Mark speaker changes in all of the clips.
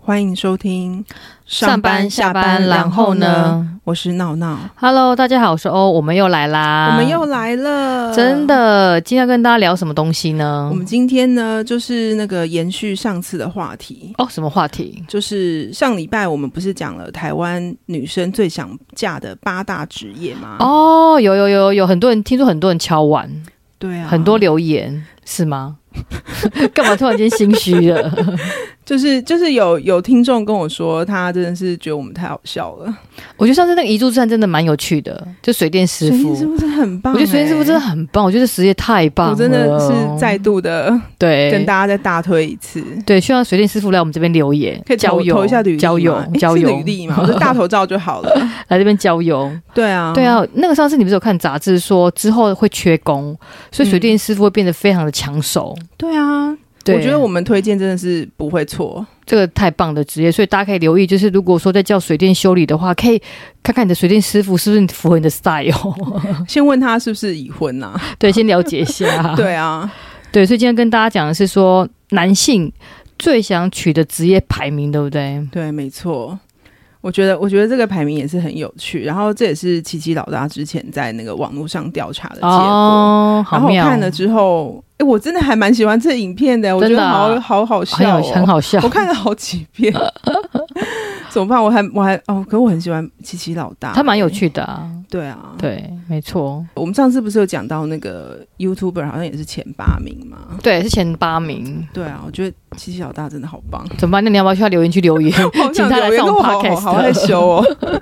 Speaker 1: 欢迎收听
Speaker 2: 上班下班，然后？呢
Speaker 1: 我是闹闹，
Speaker 2: ？Hello，大家好，我是欧，我们又来啦，
Speaker 1: 我们又来了，
Speaker 2: 啊真。的，今天要跟大家聊什么东西呢
Speaker 1: 我？们今天呢，就是那个延续上次的话题，
Speaker 2: 哦，什么话题？
Speaker 1: 就是上礼拜我们不是讲了台湾女生最想嫁的八大职业吗？，
Speaker 2: 哦，有有有有，很多人听说很多人敲碗，
Speaker 1: 对啊，
Speaker 2: 很多留言是吗？ 干嘛突然间心虚了？
Speaker 1: 就是就是有有听众跟我说，他真的是觉得我们太好笑了。
Speaker 2: 我觉得上次那个遗珠站真的蛮有趣的，就水电师
Speaker 1: 水
Speaker 2: 傅
Speaker 1: 晶，师傅真的很棒、
Speaker 2: 我觉得水电师傅真的
Speaker 1: 欸。
Speaker 2: 很棒，我觉得实业太棒了，
Speaker 1: 我真的是再度的
Speaker 2: 对
Speaker 1: 跟大家再大推一次，
Speaker 2: 对，希望水电师傅来我们这边留言，
Speaker 1: 可以投
Speaker 2: 交友
Speaker 1: 投一下履历吗
Speaker 2: 交友
Speaker 1: 诶
Speaker 2: 交友
Speaker 1: 是履历嘛，我就大头照就好了。
Speaker 2: 来这边交友。
Speaker 1: 对啊，
Speaker 2: 对，啊，那个上次你不是有看杂志说之后会缺工，所以水电师傅会变得非常的抢手。
Speaker 1: 对啊，
Speaker 2: 对，
Speaker 1: 我觉得我们推荐真的是不会错。
Speaker 2: 这个太棒的职业，所以大家可以留意，就是如果说在叫水电修理的话，可以看看你的水电师傅是不是符合你 的 style。
Speaker 1: 先问他是不是已婚 呐、啊？
Speaker 2: 对，先了解一 下。
Speaker 1: 对啊，
Speaker 2: 对，所以今天跟大家讲的是说男性最想娶的职业排名，对不对？
Speaker 1: 对，没错。我觉得，我觉得这个排名也是很有趣，然后这也是琪琪老大之前在那个网络上调查的结果。
Speaker 2: 哦，
Speaker 1: 然
Speaker 2: 好
Speaker 1: 后我
Speaker 2: 妙，
Speaker 1: 看了之后，哎、我真的还蛮喜欢这影片的，我觉
Speaker 2: 真
Speaker 1: 得
Speaker 2: 的啊
Speaker 1: 好好好笑、
Speaker 2: 很
Speaker 1: 哦，
Speaker 2: 好很好笑
Speaker 1: 我。看了好几 遍，怎么办？我还我还哦，可我很喜欢琪琪老大，欸
Speaker 2: 他蛮有。趣的啊，
Speaker 1: 对啊，
Speaker 2: 对，没错，
Speaker 1: 我们上次不是有讲到那个 YouTuber 好像也是前八名嘛？
Speaker 2: 对，是前八名。
Speaker 1: 对啊，我觉得琪琪老大真的好棒，
Speaker 2: 怎么办？那你要不要去他留言区留言？
Speaker 1: 好
Speaker 2: 请
Speaker 1: 想
Speaker 2: 他来
Speaker 1: 留言
Speaker 2: 上
Speaker 1: 可
Speaker 2: 我
Speaker 1: 我
Speaker 2: 们
Speaker 1: 好好
Speaker 2: podcast
Speaker 1: 好害羞哦。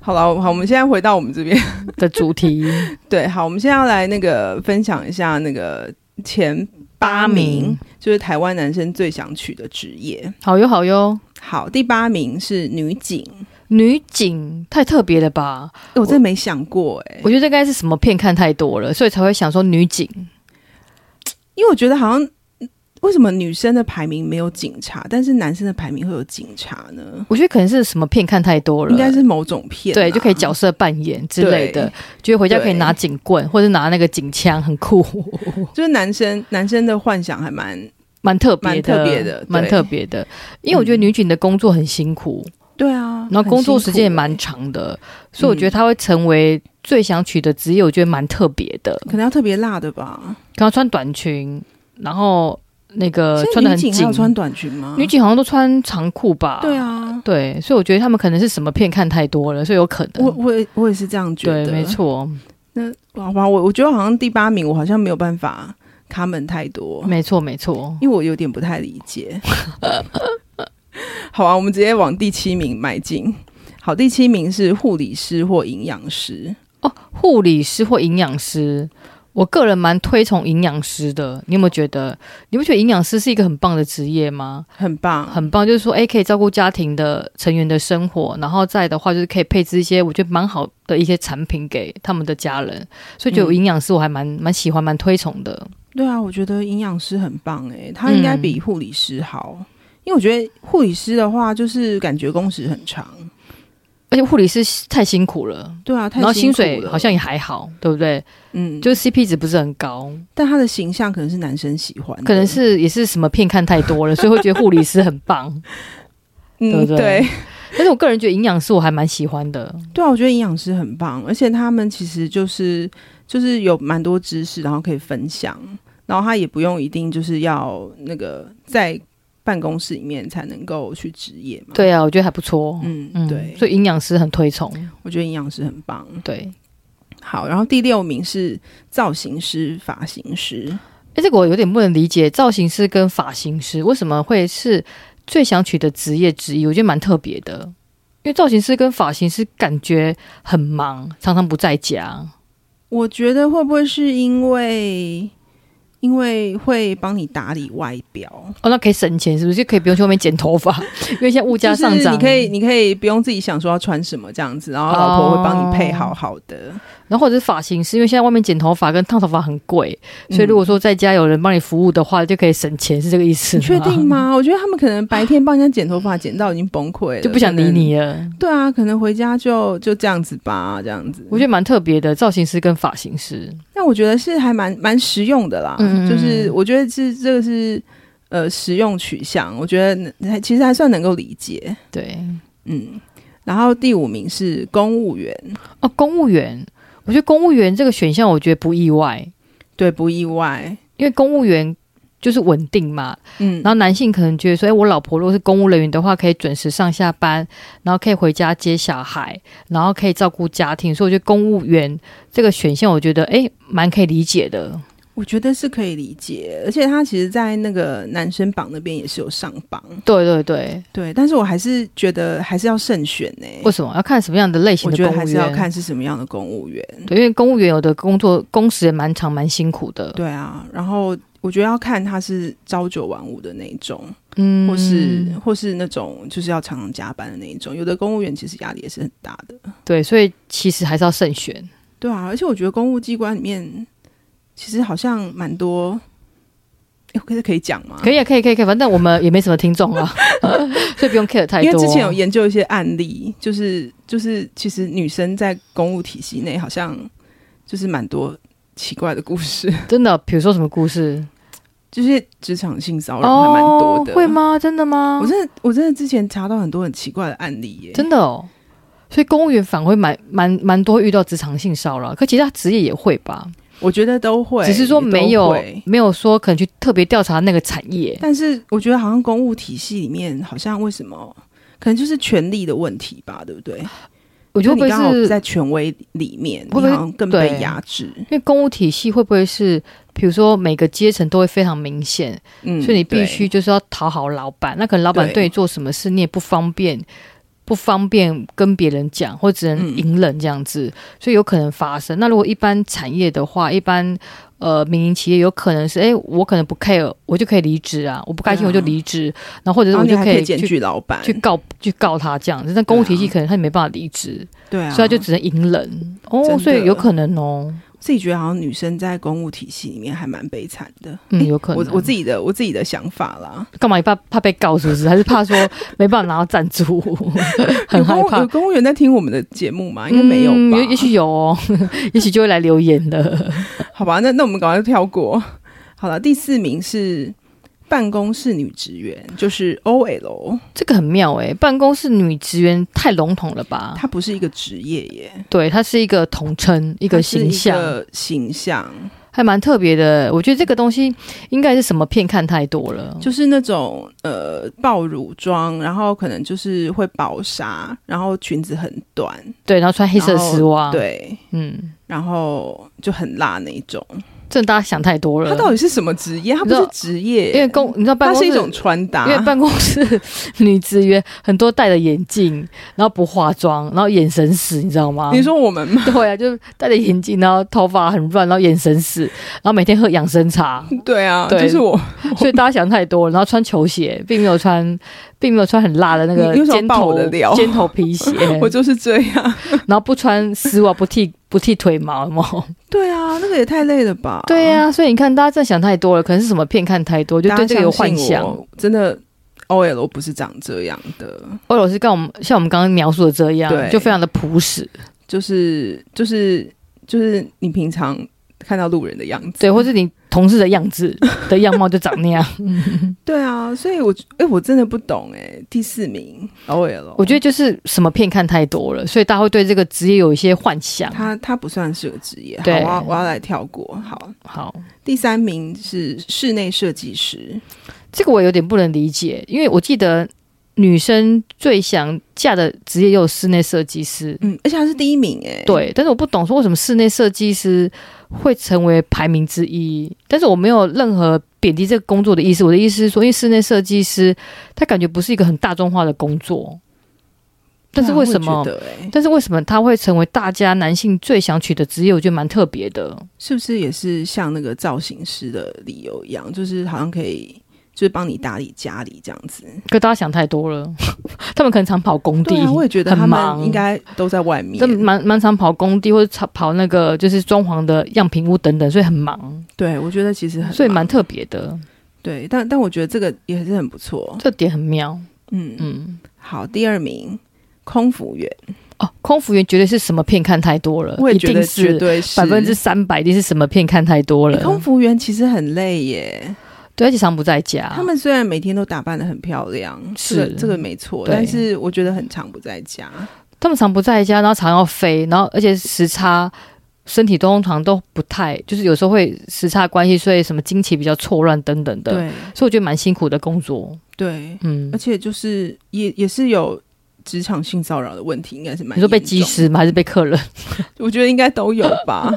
Speaker 1: 好了，好，我们现在回到我们这边。
Speaker 2: 的主题
Speaker 1: 对，好，我们现在要来那个分享一下那个前八
Speaker 2: 八
Speaker 1: 名
Speaker 2: 名，
Speaker 1: 就是台湾男生最想娶的职业。
Speaker 2: 好哟好哟，
Speaker 1: 好，第八名是女警，
Speaker 2: 女警太特别了吧？
Speaker 1: 诶我真的没想过哎、
Speaker 2: 我觉得应该是什么片看太多了，所以才会想说女警。
Speaker 1: 因为我觉得好像嗯为什么女生的排名没有警察，但是男生的排名会有警察呢？
Speaker 2: 我觉得可能是什么片看太多了，
Speaker 1: 应该是某种片、
Speaker 2: 对，就可以角。色扮演之类的
Speaker 1: 对，
Speaker 2: 觉得回家可以
Speaker 1: 对
Speaker 2: 拿警棍或者拿那个警枪，很酷，
Speaker 1: 就是男生男生的幻想还蛮
Speaker 2: 蛮特别
Speaker 1: 蛮特
Speaker 2: 的，
Speaker 1: 别的对
Speaker 2: 蛮特别的。因为我觉得女警的工作很辛苦，
Speaker 1: 对啊，
Speaker 2: 然后工作
Speaker 1: 很辛苦
Speaker 2: 时间也蛮长的，所以我觉得她会成为最想娶的职业，我觉得蛮特别的。
Speaker 1: 可能要特别辣的吧。
Speaker 2: 刚刚穿短裙，然后那个
Speaker 1: 现在
Speaker 2: 呃穿的很
Speaker 1: 女警
Speaker 2: 紧
Speaker 1: 还，有穿短裙吗？
Speaker 2: 女警好像都穿长裤吧？
Speaker 1: 对，啊，
Speaker 2: 对，所以我觉得他们可能是什么片看太多了，所以有可能。
Speaker 1: 我我也我也是这样觉
Speaker 2: 对
Speaker 1: 得，，
Speaker 2: 没。错，
Speaker 1: 那哇哇，我我觉得好像第八名，我好像没有办法卡门太多，
Speaker 2: 没错，没错。
Speaker 1: 因为我有点不太理解。 好啊，我们直接往第七名迈进。好，第七名是护理师或营养师。
Speaker 2: 哦，护理师或营养师，我个人蛮推崇营养师的。你有没有觉得？你不觉得营养师是一个很棒的职业吗？
Speaker 1: 很棒，
Speaker 2: 很棒，就是说，诶，哎可以照顾家庭的成员的生活，然后再的话，就是可以配置一些我觉得蛮好的一些产品给他们的家人，所以就
Speaker 1: 嗯
Speaker 2: 营养师我还蛮蛮喜欢、蛮推崇的。
Speaker 1: 对啊，我觉得营养师很棒诶、他应该比
Speaker 2: 嗯
Speaker 1: 护理师好，因为我觉得护理师的话就是感觉工时很长，
Speaker 2: 而且护理师太辛苦了，
Speaker 1: 对啊，太
Speaker 2: 然后薪
Speaker 1: 辛苦
Speaker 2: 水
Speaker 1: 了
Speaker 2: 好像也还好，对不对？
Speaker 1: 嗯，就
Speaker 2: 就是 CP 值不是很高，
Speaker 1: 但他的形象可能是男生喜欢的，
Speaker 2: 可能是也是什么片看太 多了，所以会觉得护理师很棒。对
Speaker 1: 嗯
Speaker 2: 不对
Speaker 1: 对
Speaker 2: 但是我个人觉得营养师我还蛮喜欢的，
Speaker 1: 对啊，我觉得营养师很棒，而且他们其实就是就是有蛮多知识，然后可以分享，然后他也不用一定就是要那个在办公室里面才能够去职业嘛，，
Speaker 2: 对啊，我觉得还不错。
Speaker 1: 嗯
Speaker 2: 嗯，
Speaker 1: 对，
Speaker 2: 所以营养师很推崇。
Speaker 1: 我觉得营养师很棒。
Speaker 2: 对，
Speaker 1: 好，然后第六名是造型师、发型师。
Speaker 2: 哎，这个我有点不能理解，造型师跟发型师为什么会是最想取的职业之一？我觉得蛮特别的，因为造型师跟发型师感觉很忙，常常不在家。
Speaker 1: 我觉得会不会是因为因为会帮你打理外表，
Speaker 2: 哦，那可以省钱是不是？就可以不用去外面剪头 发，因为现在物价上
Speaker 1: 就是
Speaker 2: 涨，
Speaker 1: 你可以你可以不用自己想说要穿什么这样子，然后老婆会帮你配好好的。
Speaker 2: 然后或者是发型师，因为现在外面剪头发跟烫头发很贵，所以如果说在家有人帮你服务的话，就可以省钱，是这个意思
Speaker 1: 你
Speaker 2: 吗？
Speaker 1: 确定？吗？我觉得他们可能白天帮人家剪头发，剪到已经崩溃了，
Speaker 2: 就不想理你了。
Speaker 1: 可能。对啊，可能回家就就这样子吧，这样子。
Speaker 2: 我觉得蛮特别的，造型师跟发型师，
Speaker 1: 但我觉得是还蛮蛮实用的啦，
Speaker 2: 嗯
Speaker 1: 就是我觉得是这个是呃实用取向，我觉得还其实还算能够理解。
Speaker 2: 对，
Speaker 1: 嗯，然后第五名是公务员，
Speaker 2: 哦，公务员，我觉得公务员这个选项，我觉得不意外，
Speaker 1: 对，不意外。
Speaker 2: 因为公务员就是稳定嘛。
Speaker 1: 嗯，
Speaker 2: 然后男性可能觉得说，哎，我老婆如果是公务人员的话，可以准时上下班，然后可以回家接小孩，然后可以照顾家庭，所以我觉得公务员这个选项，我觉得哎，蛮可以理解的。
Speaker 1: 我觉得是可以理解，而且他其实，在那个男生榜那边也是有上榜，
Speaker 2: 对对对，
Speaker 1: 对。但是我还是觉得还是要慎选呢、
Speaker 2: 为什么要看什么样的类型
Speaker 1: 我
Speaker 2: 的
Speaker 1: 觉
Speaker 2: 公务
Speaker 1: 得
Speaker 2: 员？
Speaker 1: 还是要看是什么样的公务员。
Speaker 2: 对，因为公务员有的工作工时也蛮长，蛮辛苦的。
Speaker 1: 对啊，然后我觉得要看他是朝九晚五的那一种，
Speaker 2: 嗯，
Speaker 1: 或是、或是那种就是要常常加班的那一种。有的公务员其实压力也是很大的。
Speaker 2: 对，所以其实还是要慎选。
Speaker 1: 对啊，而且我觉得公务机关里面其实好像蛮多，哎，可是可以讲吗？
Speaker 2: 可以啊，可以，可以，可以，反正我们也没什么听众 啊，所以不用 care 太多。
Speaker 1: 因为之前有研究一些案例，就是就是其实女生在公务体系内好像就是蛮多奇怪的故事，
Speaker 2: 真的，比如说什么故事，
Speaker 1: 就是职场性骚扰还蛮多的、
Speaker 2: 哦会？吗？真的吗
Speaker 1: 我？真的我真的之前查到很多很奇怪的案例耶、
Speaker 2: 真的哦。所以公务员反而会蛮蛮蛮多遇到职场性骚扰，可其他职业也会吧，
Speaker 1: 我觉得都会，
Speaker 2: 只是说
Speaker 1: 也都
Speaker 2: 没有
Speaker 1: 会
Speaker 2: 没有说可能去特别调查那个产业。
Speaker 1: 但是我觉得好像公务体系里面好像为什么？可能就是权力的问题吧，对不对？
Speaker 2: 我觉
Speaker 1: 就
Speaker 2: 得
Speaker 1: 你
Speaker 2: 会
Speaker 1: 刚好
Speaker 2: 不
Speaker 1: 不
Speaker 2: 会是
Speaker 1: 在权威里面，
Speaker 2: 会不会
Speaker 1: 你好像更被
Speaker 2: 对
Speaker 1: 压制？
Speaker 2: 因为公务体系会不会是，比如说每个阶层都会非常明显，
Speaker 1: 嗯
Speaker 2: 所以你必
Speaker 1: 对
Speaker 2: 须就是要讨好老板。那可能老板
Speaker 1: 对
Speaker 2: 对你做什么事，你也不方便，不方便跟别人讲，或只能
Speaker 1: 嗯
Speaker 2: 隐忍这样子，所以有可能发生。那如果一般产业的话，一般呃民营企业有可能是，哎、我可能不 care，我就可以离职啊，我不开心
Speaker 1: 对啊
Speaker 2: 我就离职，然后或者是
Speaker 1: 然后
Speaker 2: 我
Speaker 1: 你
Speaker 2: 就
Speaker 1: 还
Speaker 2: 可
Speaker 1: 可以检
Speaker 2: 去。
Speaker 1: 举老板，
Speaker 2: 去告去告他这样子，但公务体
Speaker 1: 对
Speaker 2: 系
Speaker 1: 啊
Speaker 2: 可能他也没办法离职，
Speaker 1: 对啊，
Speaker 2: 所以他就只能隐忍
Speaker 1: 真
Speaker 2: 哦，
Speaker 1: 的
Speaker 2: 所以有可能哦，
Speaker 1: 自己觉得好像女生在公务体系里面还蛮悲惨的。
Speaker 2: 嗯，
Speaker 1: 诶
Speaker 2: 有可能。
Speaker 1: 我我自己的我自己的想法啦，
Speaker 2: 干嘛？你怕怕被告是不是？还是怕说没办法拿到赞助， 很
Speaker 1: 有公
Speaker 2: 害
Speaker 1: 务
Speaker 2: 怕
Speaker 1: 有？公务员在听我们的节目吗？应该没有
Speaker 2: 嗯
Speaker 1: 吧？
Speaker 2: 也也许有哦， 也许就会来留言的。
Speaker 1: 好吧，那那我们赶快跳过。好了，第四名是办公室女职员，就是 OL，
Speaker 2: 这个很妙诶、办公室女职员太笼统了吧？
Speaker 1: 它不是一个职业耶，
Speaker 2: 对，它是一个统称，一
Speaker 1: 一
Speaker 2: 个形象，
Speaker 1: 形象
Speaker 2: 还蛮特别的。我觉得这个东西应该是什么片看太多了。
Speaker 1: 就是那种呃爆乳装，然后可能就是会薄纱，然后裙子很短，
Speaker 2: 对，然后穿黑色
Speaker 1: 然后
Speaker 2: 丝袜，，
Speaker 1: 哦对，
Speaker 2: 嗯，
Speaker 1: 然后就很辣那一种。
Speaker 2: 这大家想太多了。
Speaker 1: 他到底是什么职业？他不
Speaker 2: 你
Speaker 1: 是
Speaker 2: 知道
Speaker 1: 职业，
Speaker 2: 因为公，你知道办
Speaker 1: 它
Speaker 2: 公
Speaker 1: 是
Speaker 2: 室
Speaker 1: 一种穿搭。
Speaker 2: 因为办公室女职员很多戴着眼镜，然后不化妆，然后眼神死，你知道吗？
Speaker 1: 你说我们 吗？
Speaker 2: 对啊，就是戴着眼镜，然后头发很乱，然后眼神死，然后每天喝养 生茶，
Speaker 1: 对啊，
Speaker 2: 对
Speaker 1: 就是我。
Speaker 2: 所以大家想太多了。然后穿球鞋，并没有穿，并没有穿很辣的 那个
Speaker 1: 你你为什么
Speaker 2: 尖
Speaker 1: 爆我
Speaker 2: 头
Speaker 1: 的料
Speaker 2: 尖头皮鞋，
Speaker 1: 我就是这样。
Speaker 2: 然后不穿丝袜，不剃不剃腿毛有没 有
Speaker 1: 对啊，那个也太累了吧？
Speaker 2: 对呀、所以你看，大家真的想太多了，可能是什么片看太多，就
Speaker 1: 大家
Speaker 2: 对这个有
Speaker 1: 相
Speaker 2: 幻
Speaker 1: 信
Speaker 2: 想。
Speaker 1: 我，真的 OL 不是长这样的，
Speaker 2: 欧老师跟我们像我们刚刚描述的这样
Speaker 1: 对，
Speaker 2: 就非常的朴实，
Speaker 1: 就是就是就是你平常看到路人的样子。
Speaker 2: 对，或是你同事的样子的样貌就长那样。
Speaker 1: 对啊，所以我哎、我真的不懂哎、第四名 OL，
Speaker 2: 我觉得就是什么片看太多了，所以大家会对这个职业有一些幻想。
Speaker 1: 他他不算是个职业。好，
Speaker 2: 对
Speaker 1: 我要我要来跳过。好，
Speaker 2: 好，
Speaker 1: 第三名是室内设计师。
Speaker 2: 这个我有点不能理解，因为我记得女生最想嫁的职业也有室内设计师，
Speaker 1: 嗯，而且他是第一名哎、，
Speaker 2: 对，但是我不懂说为什么室内设计师会成为排名之一，但是我没有任何贬低这个工作的意思。我的意思是说，因为室内设计师他感觉不是一个很大众化的工作，但是为什么？
Speaker 1: 对啊我也觉得欸
Speaker 2: 但是为什么他会成为大家男性最想娶的职业？我觉得蛮特别的。
Speaker 1: 是不是也是像那个造型师的理由一样，就是好像可以就是帮你打理家里这样子？
Speaker 2: 可大家想太多了， 他们可能常跑工地，
Speaker 1: 对啊，我也觉得
Speaker 2: 很
Speaker 1: 他
Speaker 2: 忙
Speaker 1: 们应该都在外面
Speaker 2: 这。蛮蛮常跑工地或者跑跑那个就是装潢的样品屋等等，所以很忙，
Speaker 1: 对，我觉得其实很忙
Speaker 2: 所以蛮特别的，
Speaker 1: 对，但但我觉得这个也是很不错。
Speaker 2: 这点很妙。
Speaker 1: 嗯嗯，
Speaker 2: 嗯，
Speaker 1: 好，第二名空服员，
Speaker 2: 哦，空服员绝对是什么片看太多了，
Speaker 1: 我也
Speaker 2: 一
Speaker 1: 觉
Speaker 2: 定
Speaker 1: 得绝
Speaker 2: 是
Speaker 1: 对是哎
Speaker 2: 百分之三百，一定是什么片看太多了。
Speaker 1: 欸空服员其实很累耶，
Speaker 2: 对，而且常不在家。
Speaker 1: 他们虽然每天都打扮的很漂亮，
Speaker 2: 啊是
Speaker 1: 这个这个没错，
Speaker 2: 对
Speaker 1: 但是我觉得很常不在家。
Speaker 2: 他们常不在家，然后常要飞，然后而且时差，身体通常都不太，就是有时候会时差关系，所以什么经期比较错乱等等的。
Speaker 1: 对
Speaker 2: 所以我觉得蛮辛苦的工作。
Speaker 1: 对，
Speaker 2: 嗯
Speaker 1: 而，且就是也也是有职场性骚扰的问题，应该是蛮
Speaker 2: 你说被机
Speaker 1: 击，
Speaker 2: 师吗？还是被客人？
Speaker 1: 我觉得应该都有 吧。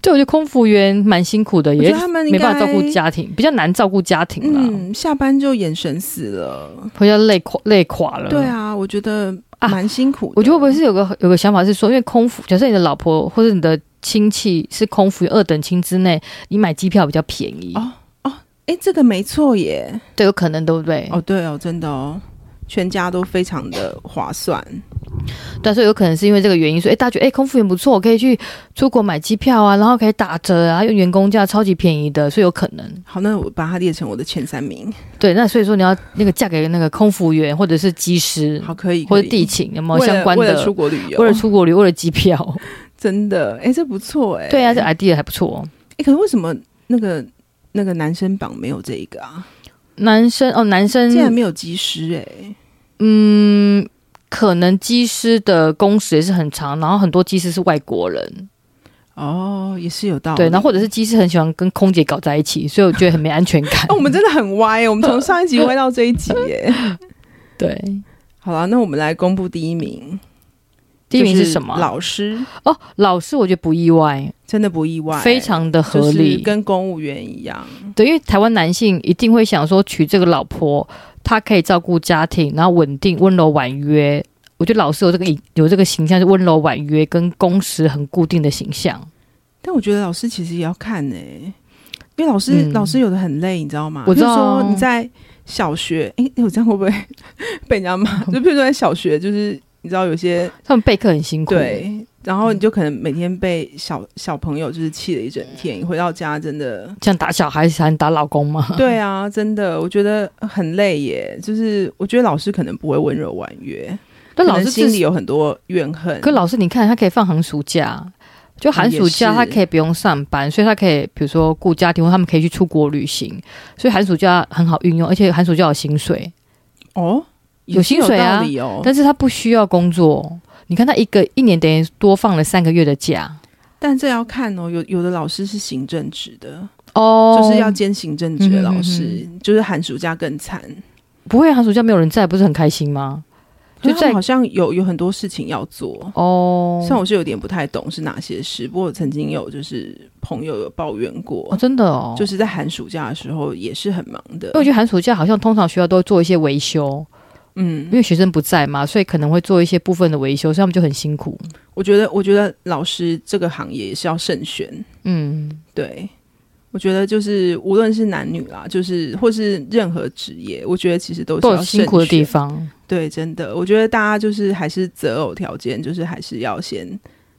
Speaker 2: 对，我觉得空服员蛮辛苦的，
Speaker 1: 我觉
Speaker 2: 也
Speaker 1: 得他们应
Speaker 2: 没
Speaker 1: 该
Speaker 2: 办法照顾，家庭，比较难照顾家庭啦，
Speaker 1: 嗯，下班就眼神死了。
Speaker 2: 回家累垮累垮了。
Speaker 1: 对啊，我觉得
Speaker 2: 嗯啊
Speaker 1: 蛮辛苦的。
Speaker 2: 我觉得会不会是有个有个想法是说，因为空服，假设你的老婆或者你的亲戚是空服员二等亲之内，你买机票比较便宜，
Speaker 1: 哦哎，这个没错耶。
Speaker 2: 对，有可能对不对？
Speaker 1: 哦，对哦，真的哦，全家都非常的划算。
Speaker 2: 对啊，所以有可能是因为这个原因，所以哎大家觉得哎、空服员不错，我可以去出国买机票啊，然后可以打折啊，用员工价超级便宜的，所以有可能。
Speaker 1: 好，那我把它列成我的前三名。
Speaker 2: 对，那所以说你要那个嫁给那个空服员或者是机师
Speaker 1: 好，可以，
Speaker 2: 嗯或
Speaker 1: 可
Speaker 2: 者
Speaker 1: 以
Speaker 2: 地勤，有没有
Speaker 1: 为了
Speaker 2: 相关
Speaker 1: 为了
Speaker 2: 的
Speaker 1: 出？国旅游，
Speaker 2: 为了出国旅，为了机票，
Speaker 1: 真的，哎、这不错哎、
Speaker 2: 对啊，这
Speaker 1: 哎、
Speaker 2: idea 还不错。
Speaker 1: 可是为什么那个那个男生榜没有这一个啊？
Speaker 2: 嗯男生哦，男生
Speaker 1: 竟然没有技师哎、
Speaker 2: 嗯，可能机师的工时也是很长，然后很多机师是外国人，
Speaker 1: 哦，也是有道理。
Speaker 2: 对，然后或者是机师很喜欢跟空姐搞在一起，所以我觉得很没安全
Speaker 1: 。
Speaker 2: 感
Speaker 1: 哦，我们真的很歪、我们从上一集歪到这一集耶、
Speaker 2: 对，
Speaker 1: 好了，那我们来公布第一名，
Speaker 2: 第一名
Speaker 1: 就是
Speaker 2: 什么？啊
Speaker 1: 老师
Speaker 2: 哦，老师我觉得不意外，
Speaker 1: 真的不意外，
Speaker 2: 非常的合
Speaker 1: 就是
Speaker 2: 理。
Speaker 1: 跟公务员一样。
Speaker 2: 对，因为台湾男性一定会想说娶这个老婆，她可以照顾家庭，然后稳定、温柔、婉约。我觉得老师有这个有这个形象是温柔婉约跟工时很固定的形象。
Speaker 1: 但我觉得老师其实也要看呢、因为老师、
Speaker 2: 嗯
Speaker 1: 老师有的很累，你知道吗？
Speaker 2: 我知道啊
Speaker 1: 比如说你在小学，哎、诶我这样会不会 被人家 骂？就比如说在小学，就是你知道有些
Speaker 2: 他们备课很辛苦，，欸嗯，
Speaker 1: 对，然后你就可能每天被小小朋友就是气了一整天，你回到家真的
Speaker 2: 像打小孩子还打老公吗？
Speaker 1: 对啊，真的，我觉得很累耶。就是我觉得老师可能不会温柔婉约，
Speaker 2: 但
Speaker 1: 可
Speaker 2: 老
Speaker 1: 能
Speaker 2: 师
Speaker 1: 心
Speaker 2: 自
Speaker 1: 里有很多怨恨。
Speaker 2: 可老师，你看他可以放寒暑假，就寒暑
Speaker 1: 啊
Speaker 2: 假
Speaker 1: 也是
Speaker 2: 他可以不用上班，所以他可以比如说顾家庭，或他们可以去出国旅行，所以寒暑假很好运用，而且寒暑假有薪水，
Speaker 1: 哦，也
Speaker 2: 有
Speaker 1: 是
Speaker 2: 薪水啊
Speaker 1: 道理哦，
Speaker 2: 但是他不需要工作。你看他一个一年等于多放了三个月的假
Speaker 1: 但这要看哦，有有的老师是行政职的，
Speaker 2: 哦
Speaker 1: 就是要兼行政职的老师，
Speaker 2: 嗯
Speaker 1: 就是寒暑假更惨，
Speaker 2: 不会寒暑假没有人在，不是很开心吗？就
Speaker 1: 就
Speaker 2: 在
Speaker 1: 在好像有有很多事情要做。
Speaker 2: 哦
Speaker 1: 虽然我是有点不太懂是哪些事，不过我曾经有就是朋友有抱怨过，
Speaker 2: 哦，真的哦，
Speaker 1: 就是是在寒暑假的时候也是很忙的
Speaker 2: 因为。我觉得寒暑假好像通常学校都会做一些维修，因
Speaker 1: 嗯，
Speaker 2: 为学生不在嘛，所以可能会做一些部分的维修，所以他们就很辛苦。
Speaker 1: 我觉得我觉得老师这个行业也是要慎选，
Speaker 2: 嗯，
Speaker 1: 对。我觉得就是无论是男女啦，就是或是任何职业，我觉得其实都是
Speaker 2: 都
Speaker 1: 要
Speaker 2: 有辛苦的
Speaker 1: 慎选
Speaker 2: 地方。
Speaker 1: 对，真的，我觉得大家就是还是择偶条件，就是还是要先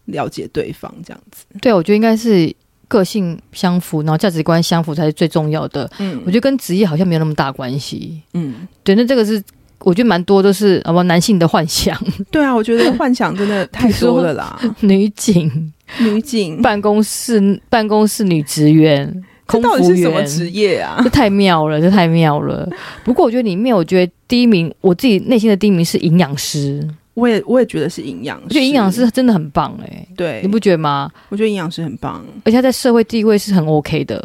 Speaker 1: 了解对方这样子。
Speaker 2: 对，我觉得应该是个性相符，然后价值观相符才是最重要的。
Speaker 1: 嗯
Speaker 2: 我觉得跟职业好像没有那么大关系。
Speaker 1: 嗯，
Speaker 2: 对，那这个是我觉得蛮多都是啊不男性的幻想，
Speaker 1: 对啊，我觉得幻想真的太多了啦。
Speaker 2: 女警、
Speaker 1: 女 警，
Speaker 2: 办公室办公室女职员、
Speaker 1: 这
Speaker 2: 空
Speaker 1: 到底
Speaker 2: 服
Speaker 1: 是什么
Speaker 2: 员。
Speaker 1: 职业啊
Speaker 2: 这？太妙了，这太妙了。不过我觉得里面，我觉得第一名，我自己内心的第一名是营养师。
Speaker 1: 我也我也觉得是营养师，
Speaker 2: 我觉得营养师真的很棒哎、
Speaker 1: 对，
Speaker 2: 你不觉得吗？
Speaker 1: 我觉得营养师很棒。
Speaker 2: 而且他在社会地位是很 OK 的。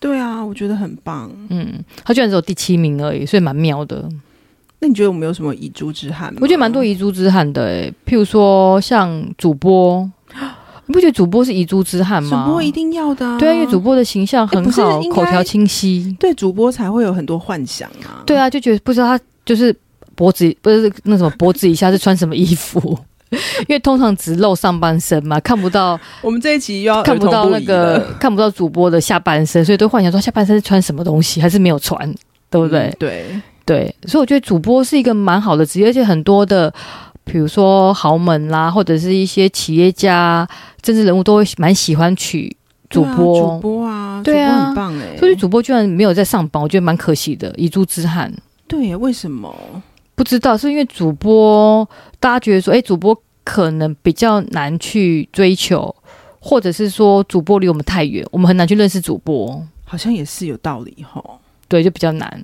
Speaker 1: 对啊，我觉得很棒。
Speaker 2: 嗯，他居然只有第七名而已，所以蛮妙的。
Speaker 1: 那你觉得我们有什么遗珠之憾吗？
Speaker 2: 我觉得蛮多遗珠之憾的、欸，譬如说像主播，你不觉得主播是遗珠之憾
Speaker 1: 主
Speaker 2: 吗？
Speaker 1: 播一定要的、啊，
Speaker 2: 对啊，因为主播的形象很
Speaker 1: 欸不
Speaker 2: 好，
Speaker 1: 是应该
Speaker 2: 口条清晰。
Speaker 1: 对主播才会有很多幻想啊。
Speaker 2: 对啊，就觉得不知道他就是脖子不是那什么脖子以下是穿什么衣服， 因为通常只露上半身嘛，看不到
Speaker 1: 我们这一集又要
Speaker 2: 看不
Speaker 1: 哦儿
Speaker 2: 到
Speaker 1: 童
Speaker 2: 那
Speaker 1: 宜了，
Speaker 2: 个看不到主播的下半身，所以都幻想说下半身是穿什么东西，还是没有穿，对不对？
Speaker 1: 嗯对，
Speaker 2: 对，所以我觉得主播是一个蛮好的职业，而且很多的，比如说豪门啦，或者是一些企业家、政治人物都会蛮喜欢娶主
Speaker 1: 对啊
Speaker 2: 播。
Speaker 1: 主播啊，
Speaker 2: 对啊
Speaker 1: 主播很棒哎、
Speaker 2: 所以主播居然没有在上班，我觉得蛮可惜的，遗珠之憾。
Speaker 1: 对耶，为什么？
Speaker 2: 不知道是因为主播，大家觉得说，哎，主播可能比较难去追求，或者是说主播离我们太远，我们很难去认识主播。
Speaker 1: 好像也是有道理吼。
Speaker 2: 对，就比较难。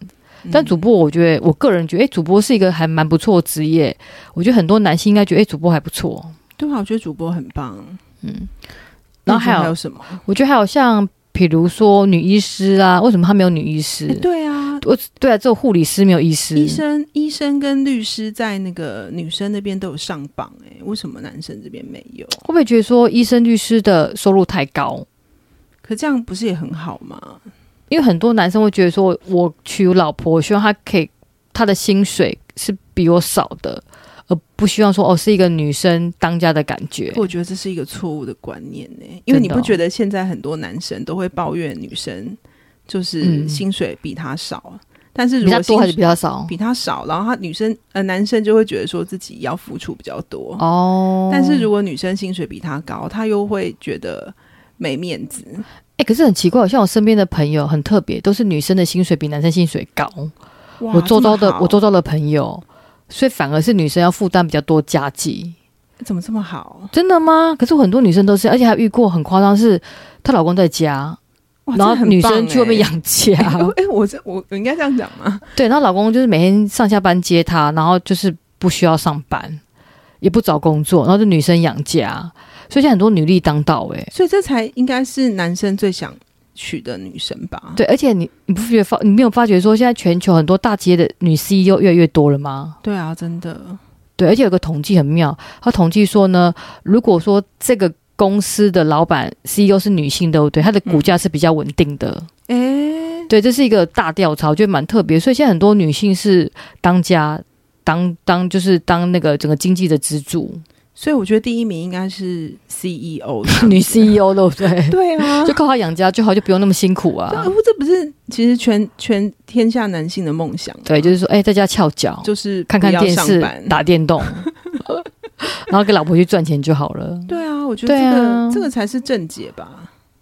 Speaker 2: 但主
Speaker 1: 嗯
Speaker 2: 播，我觉得我个人觉得，哎、主播是一个还蛮不错的职业。我觉得很多男性应该觉得，哎、主播还不错。
Speaker 1: 对啊，我觉得主播很棒。
Speaker 2: 嗯，然后还
Speaker 1: 那你觉得还
Speaker 2: 有，
Speaker 1: 什么？
Speaker 2: 我觉得还有像比如说女医师啊，为什么她没有女医师？
Speaker 1: 哎对啊，
Speaker 2: 我对啊，只有护理师没有医师。
Speaker 1: 医生、医生跟律师在那个女生那边都有上榜、哎，为什么男生这边没有？
Speaker 2: 会不会觉得说医生律师的收入太高？
Speaker 1: 可这样不是也很好吗？
Speaker 2: 因为很多男生会觉得说，我娶老婆，我希望她可以她的薪水是比我少的，而不希望说哦是一个女生当家的感觉。
Speaker 1: 我觉得这是一个错误的观念呢、因为你
Speaker 2: 真
Speaker 1: 不
Speaker 2: 的哦
Speaker 1: 觉得现在很多男生都会抱怨女生就是
Speaker 2: 嗯
Speaker 1: 薪水比他少，但是
Speaker 2: 比
Speaker 1: 如
Speaker 2: 较
Speaker 1: 果
Speaker 2: 多还
Speaker 1: 薪
Speaker 2: 是
Speaker 1: 水
Speaker 2: 比较少？
Speaker 1: 比他少，然后他女生呃男生就会觉得说自己要付出比较多，
Speaker 2: 哦，
Speaker 1: 但是如果女生薪水比他高，他又会觉得没面子。
Speaker 2: 哎、可是很奇怪，好像我身边的朋友很特别，都是女生的薪水比男生薪水高。
Speaker 1: 哇
Speaker 2: 我周遭
Speaker 1: 这
Speaker 2: 的
Speaker 1: 么好
Speaker 2: 我周遭的朋友，所以反而是女生要负担比较多家计。
Speaker 1: 怎么这么好？
Speaker 2: 真的吗？可是很多女生都是，而且还遇过很夸张，是她老公在家，
Speaker 1: 哇
Speaker 2: 然后女生去外面。
Speaker 1: 这很棒
Speaker 2: 养家。
Speaker 1: 哎、哎哎我这我我应该这样讲吗？
Speaker 2: 对，然后老公就是每天上下班接她，然后就是不需要上班，也不找工作，然后就女生养家。所以现在很多女力当道、欸，
Speaker 1: 所以这才应该是男生最想娶的女生吧？
Speaker 2: 对，而且你你不觉得发你没有发觉说现在全球很多大企业的女 CEO 越来越多了吗？
Speaker 1: 对啊，真的。
Speaker 2: 对，而且有个统计很妙，他统计说呢，如果说这个公司的老板 CEO 是女性，对不对？她的股价是比较稳定的。
Speaker 1: 哎、
Speaker 2: 对，这是一个大调查，我觉得蛮特别。所以现在很多女性是当家。当当就是当那个整个经济的支柱，
Speaker 1: 所以我觉得第一名应该是 E CEO 这样
Speaker 2: 女 CEO 对不对？
Speaker 1: 对啊，
Speaker 2: 就
Speaker 1: 就
Speaker 2: 靠她养家就好，就不用那么辛苦 啊。
Speaker 1: 这不是其实全全天下男性的梦想吗，
Speaker 2: 对，就是说，哎、在家翘脚，
Speaker 1: 就是
Speaker 2: 看看
Speaker 1: 不要
Speaker 2: 电
Speaker 1: 上
Speaker 2: 视
Speaker 1: 班、
Speaker 2: 打电动，然后跟老婆去赚钱就好了。
Speaker 1: 对啊，我觉得
Speaker 2: 对
Speaker 1: 这
Speaker 2: 啊
Speaker 1: 个、这个才是正解吧。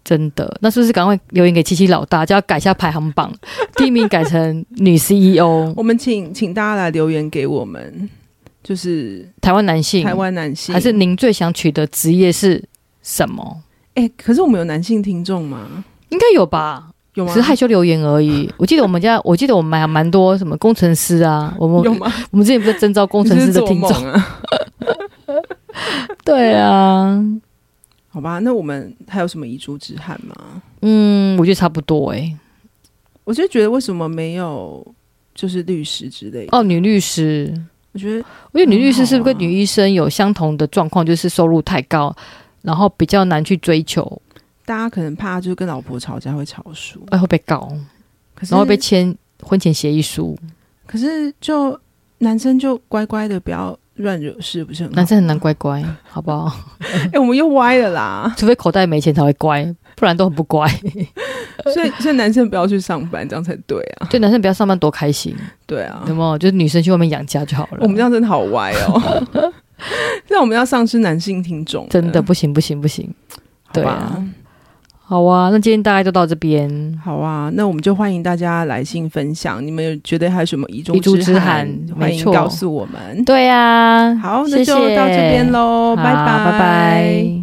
Speaker 2: 真的，那是不是赶快留言给七七老大，就要改一下排行榜， 第一名改成女 E CEO，
Speaker 1: 我们请请大家来留言给我们，就是
Speaker 2: 台湾男性，
Speaker 1: 台湾男性
Speaker 2: 还是您最想娶的职业是什么？
Speaker 1: 哎、可是我们有男性听众吗？
Speaker 2: 应该有吧，
Speaker 1: 有啊吗？
Speaker 2: 只是害羞留言而已。我记得我 们家，我记得我们还蛮多什么工程师啊，我
Speaker 1: 有
Speaker 2: 们
Speaker 1: 吗？
Speaker 2: 我们之前不是征召工
Speaker 1: 你
Speaker 2: 程
Speaker 1: 是
Speaker 2: 师的
Speaker 1: 做
Speaker 2: 听
Speaker 1: 梦
Speaker 2: 众？
Speaker 1: 啊？
Speaker 2: 对啊，
Speaker 1: 好吧，那我们还有什么遗珠之憾吗？
Speaker 2: 嗯，我觉得差不多哎、
Speaker 1: 我就觉得为什么没有就是律师之类的？
Speaker 2: 哦，女律师，
Speaker 1: 我觉得
Speaker 2: 我觉得女律师是
Speaker 1: 很
Speaker 2: 不是
Speaker 1: 好啊
Speaker 2: 跟女医生有相同的状况，就是收入太高，然后比较难去追求，
Speaker 1: 大家可能怕就是跟老婆吵架会吵输，
Speaker 2: 哎，会被告。
Speaker 1: 可是嗯
Speaker 2: 然后被签婚前协议书，
Speaker 1: 可是就男生就乖乖的不要乱惹事，不是很好？
Speaker 2: 男生很难乖乖，好 不好？
Speaker 1: 哎、我们又歪了啦，
Speaker 2: 除非口袋没钱才会乖，不然都很不乖。
Speaker 1: 所以所以男生不要去上班，这样才对啊，
Speaker 2: 对，男生不要上班多开心，
Speaker 1: 对啊
Speaker 2: 有。没有？就是女生去外面养家就好了。
Speaker 1: 我们这样嗯真的好歪哦， 那我们要丧失男性听众了，
Speaker 2: 真的不行，不行，不行。
Speaker 1: 好
Speaker 2: 对
Speaker 1: 吧
Speaker 2: 啊好啊，那今天大概就到这边。
Speaker 1: 好啊，那我们就欢迎大家来信分享，你们有觉得还有什么遗珠
Speaker 2: 遗珠之
Speaker 1: 憾
Speaker 2: 憾，
Speaker 1: 欢
Speaker 2: 没
Speaker 1: 迎
Speaker 2: 错
Speaker 1: 告诉我们。
Speaker 2: 对啊，
Speaker 1: 好，那
Speaker 2: 谢
Speaker 1: 就到这
Speaker 2: 谢
Speaker 1: 边喽，
Speaker 2: 好
Speaker 1: 拜
Speaker 2: 拜拜。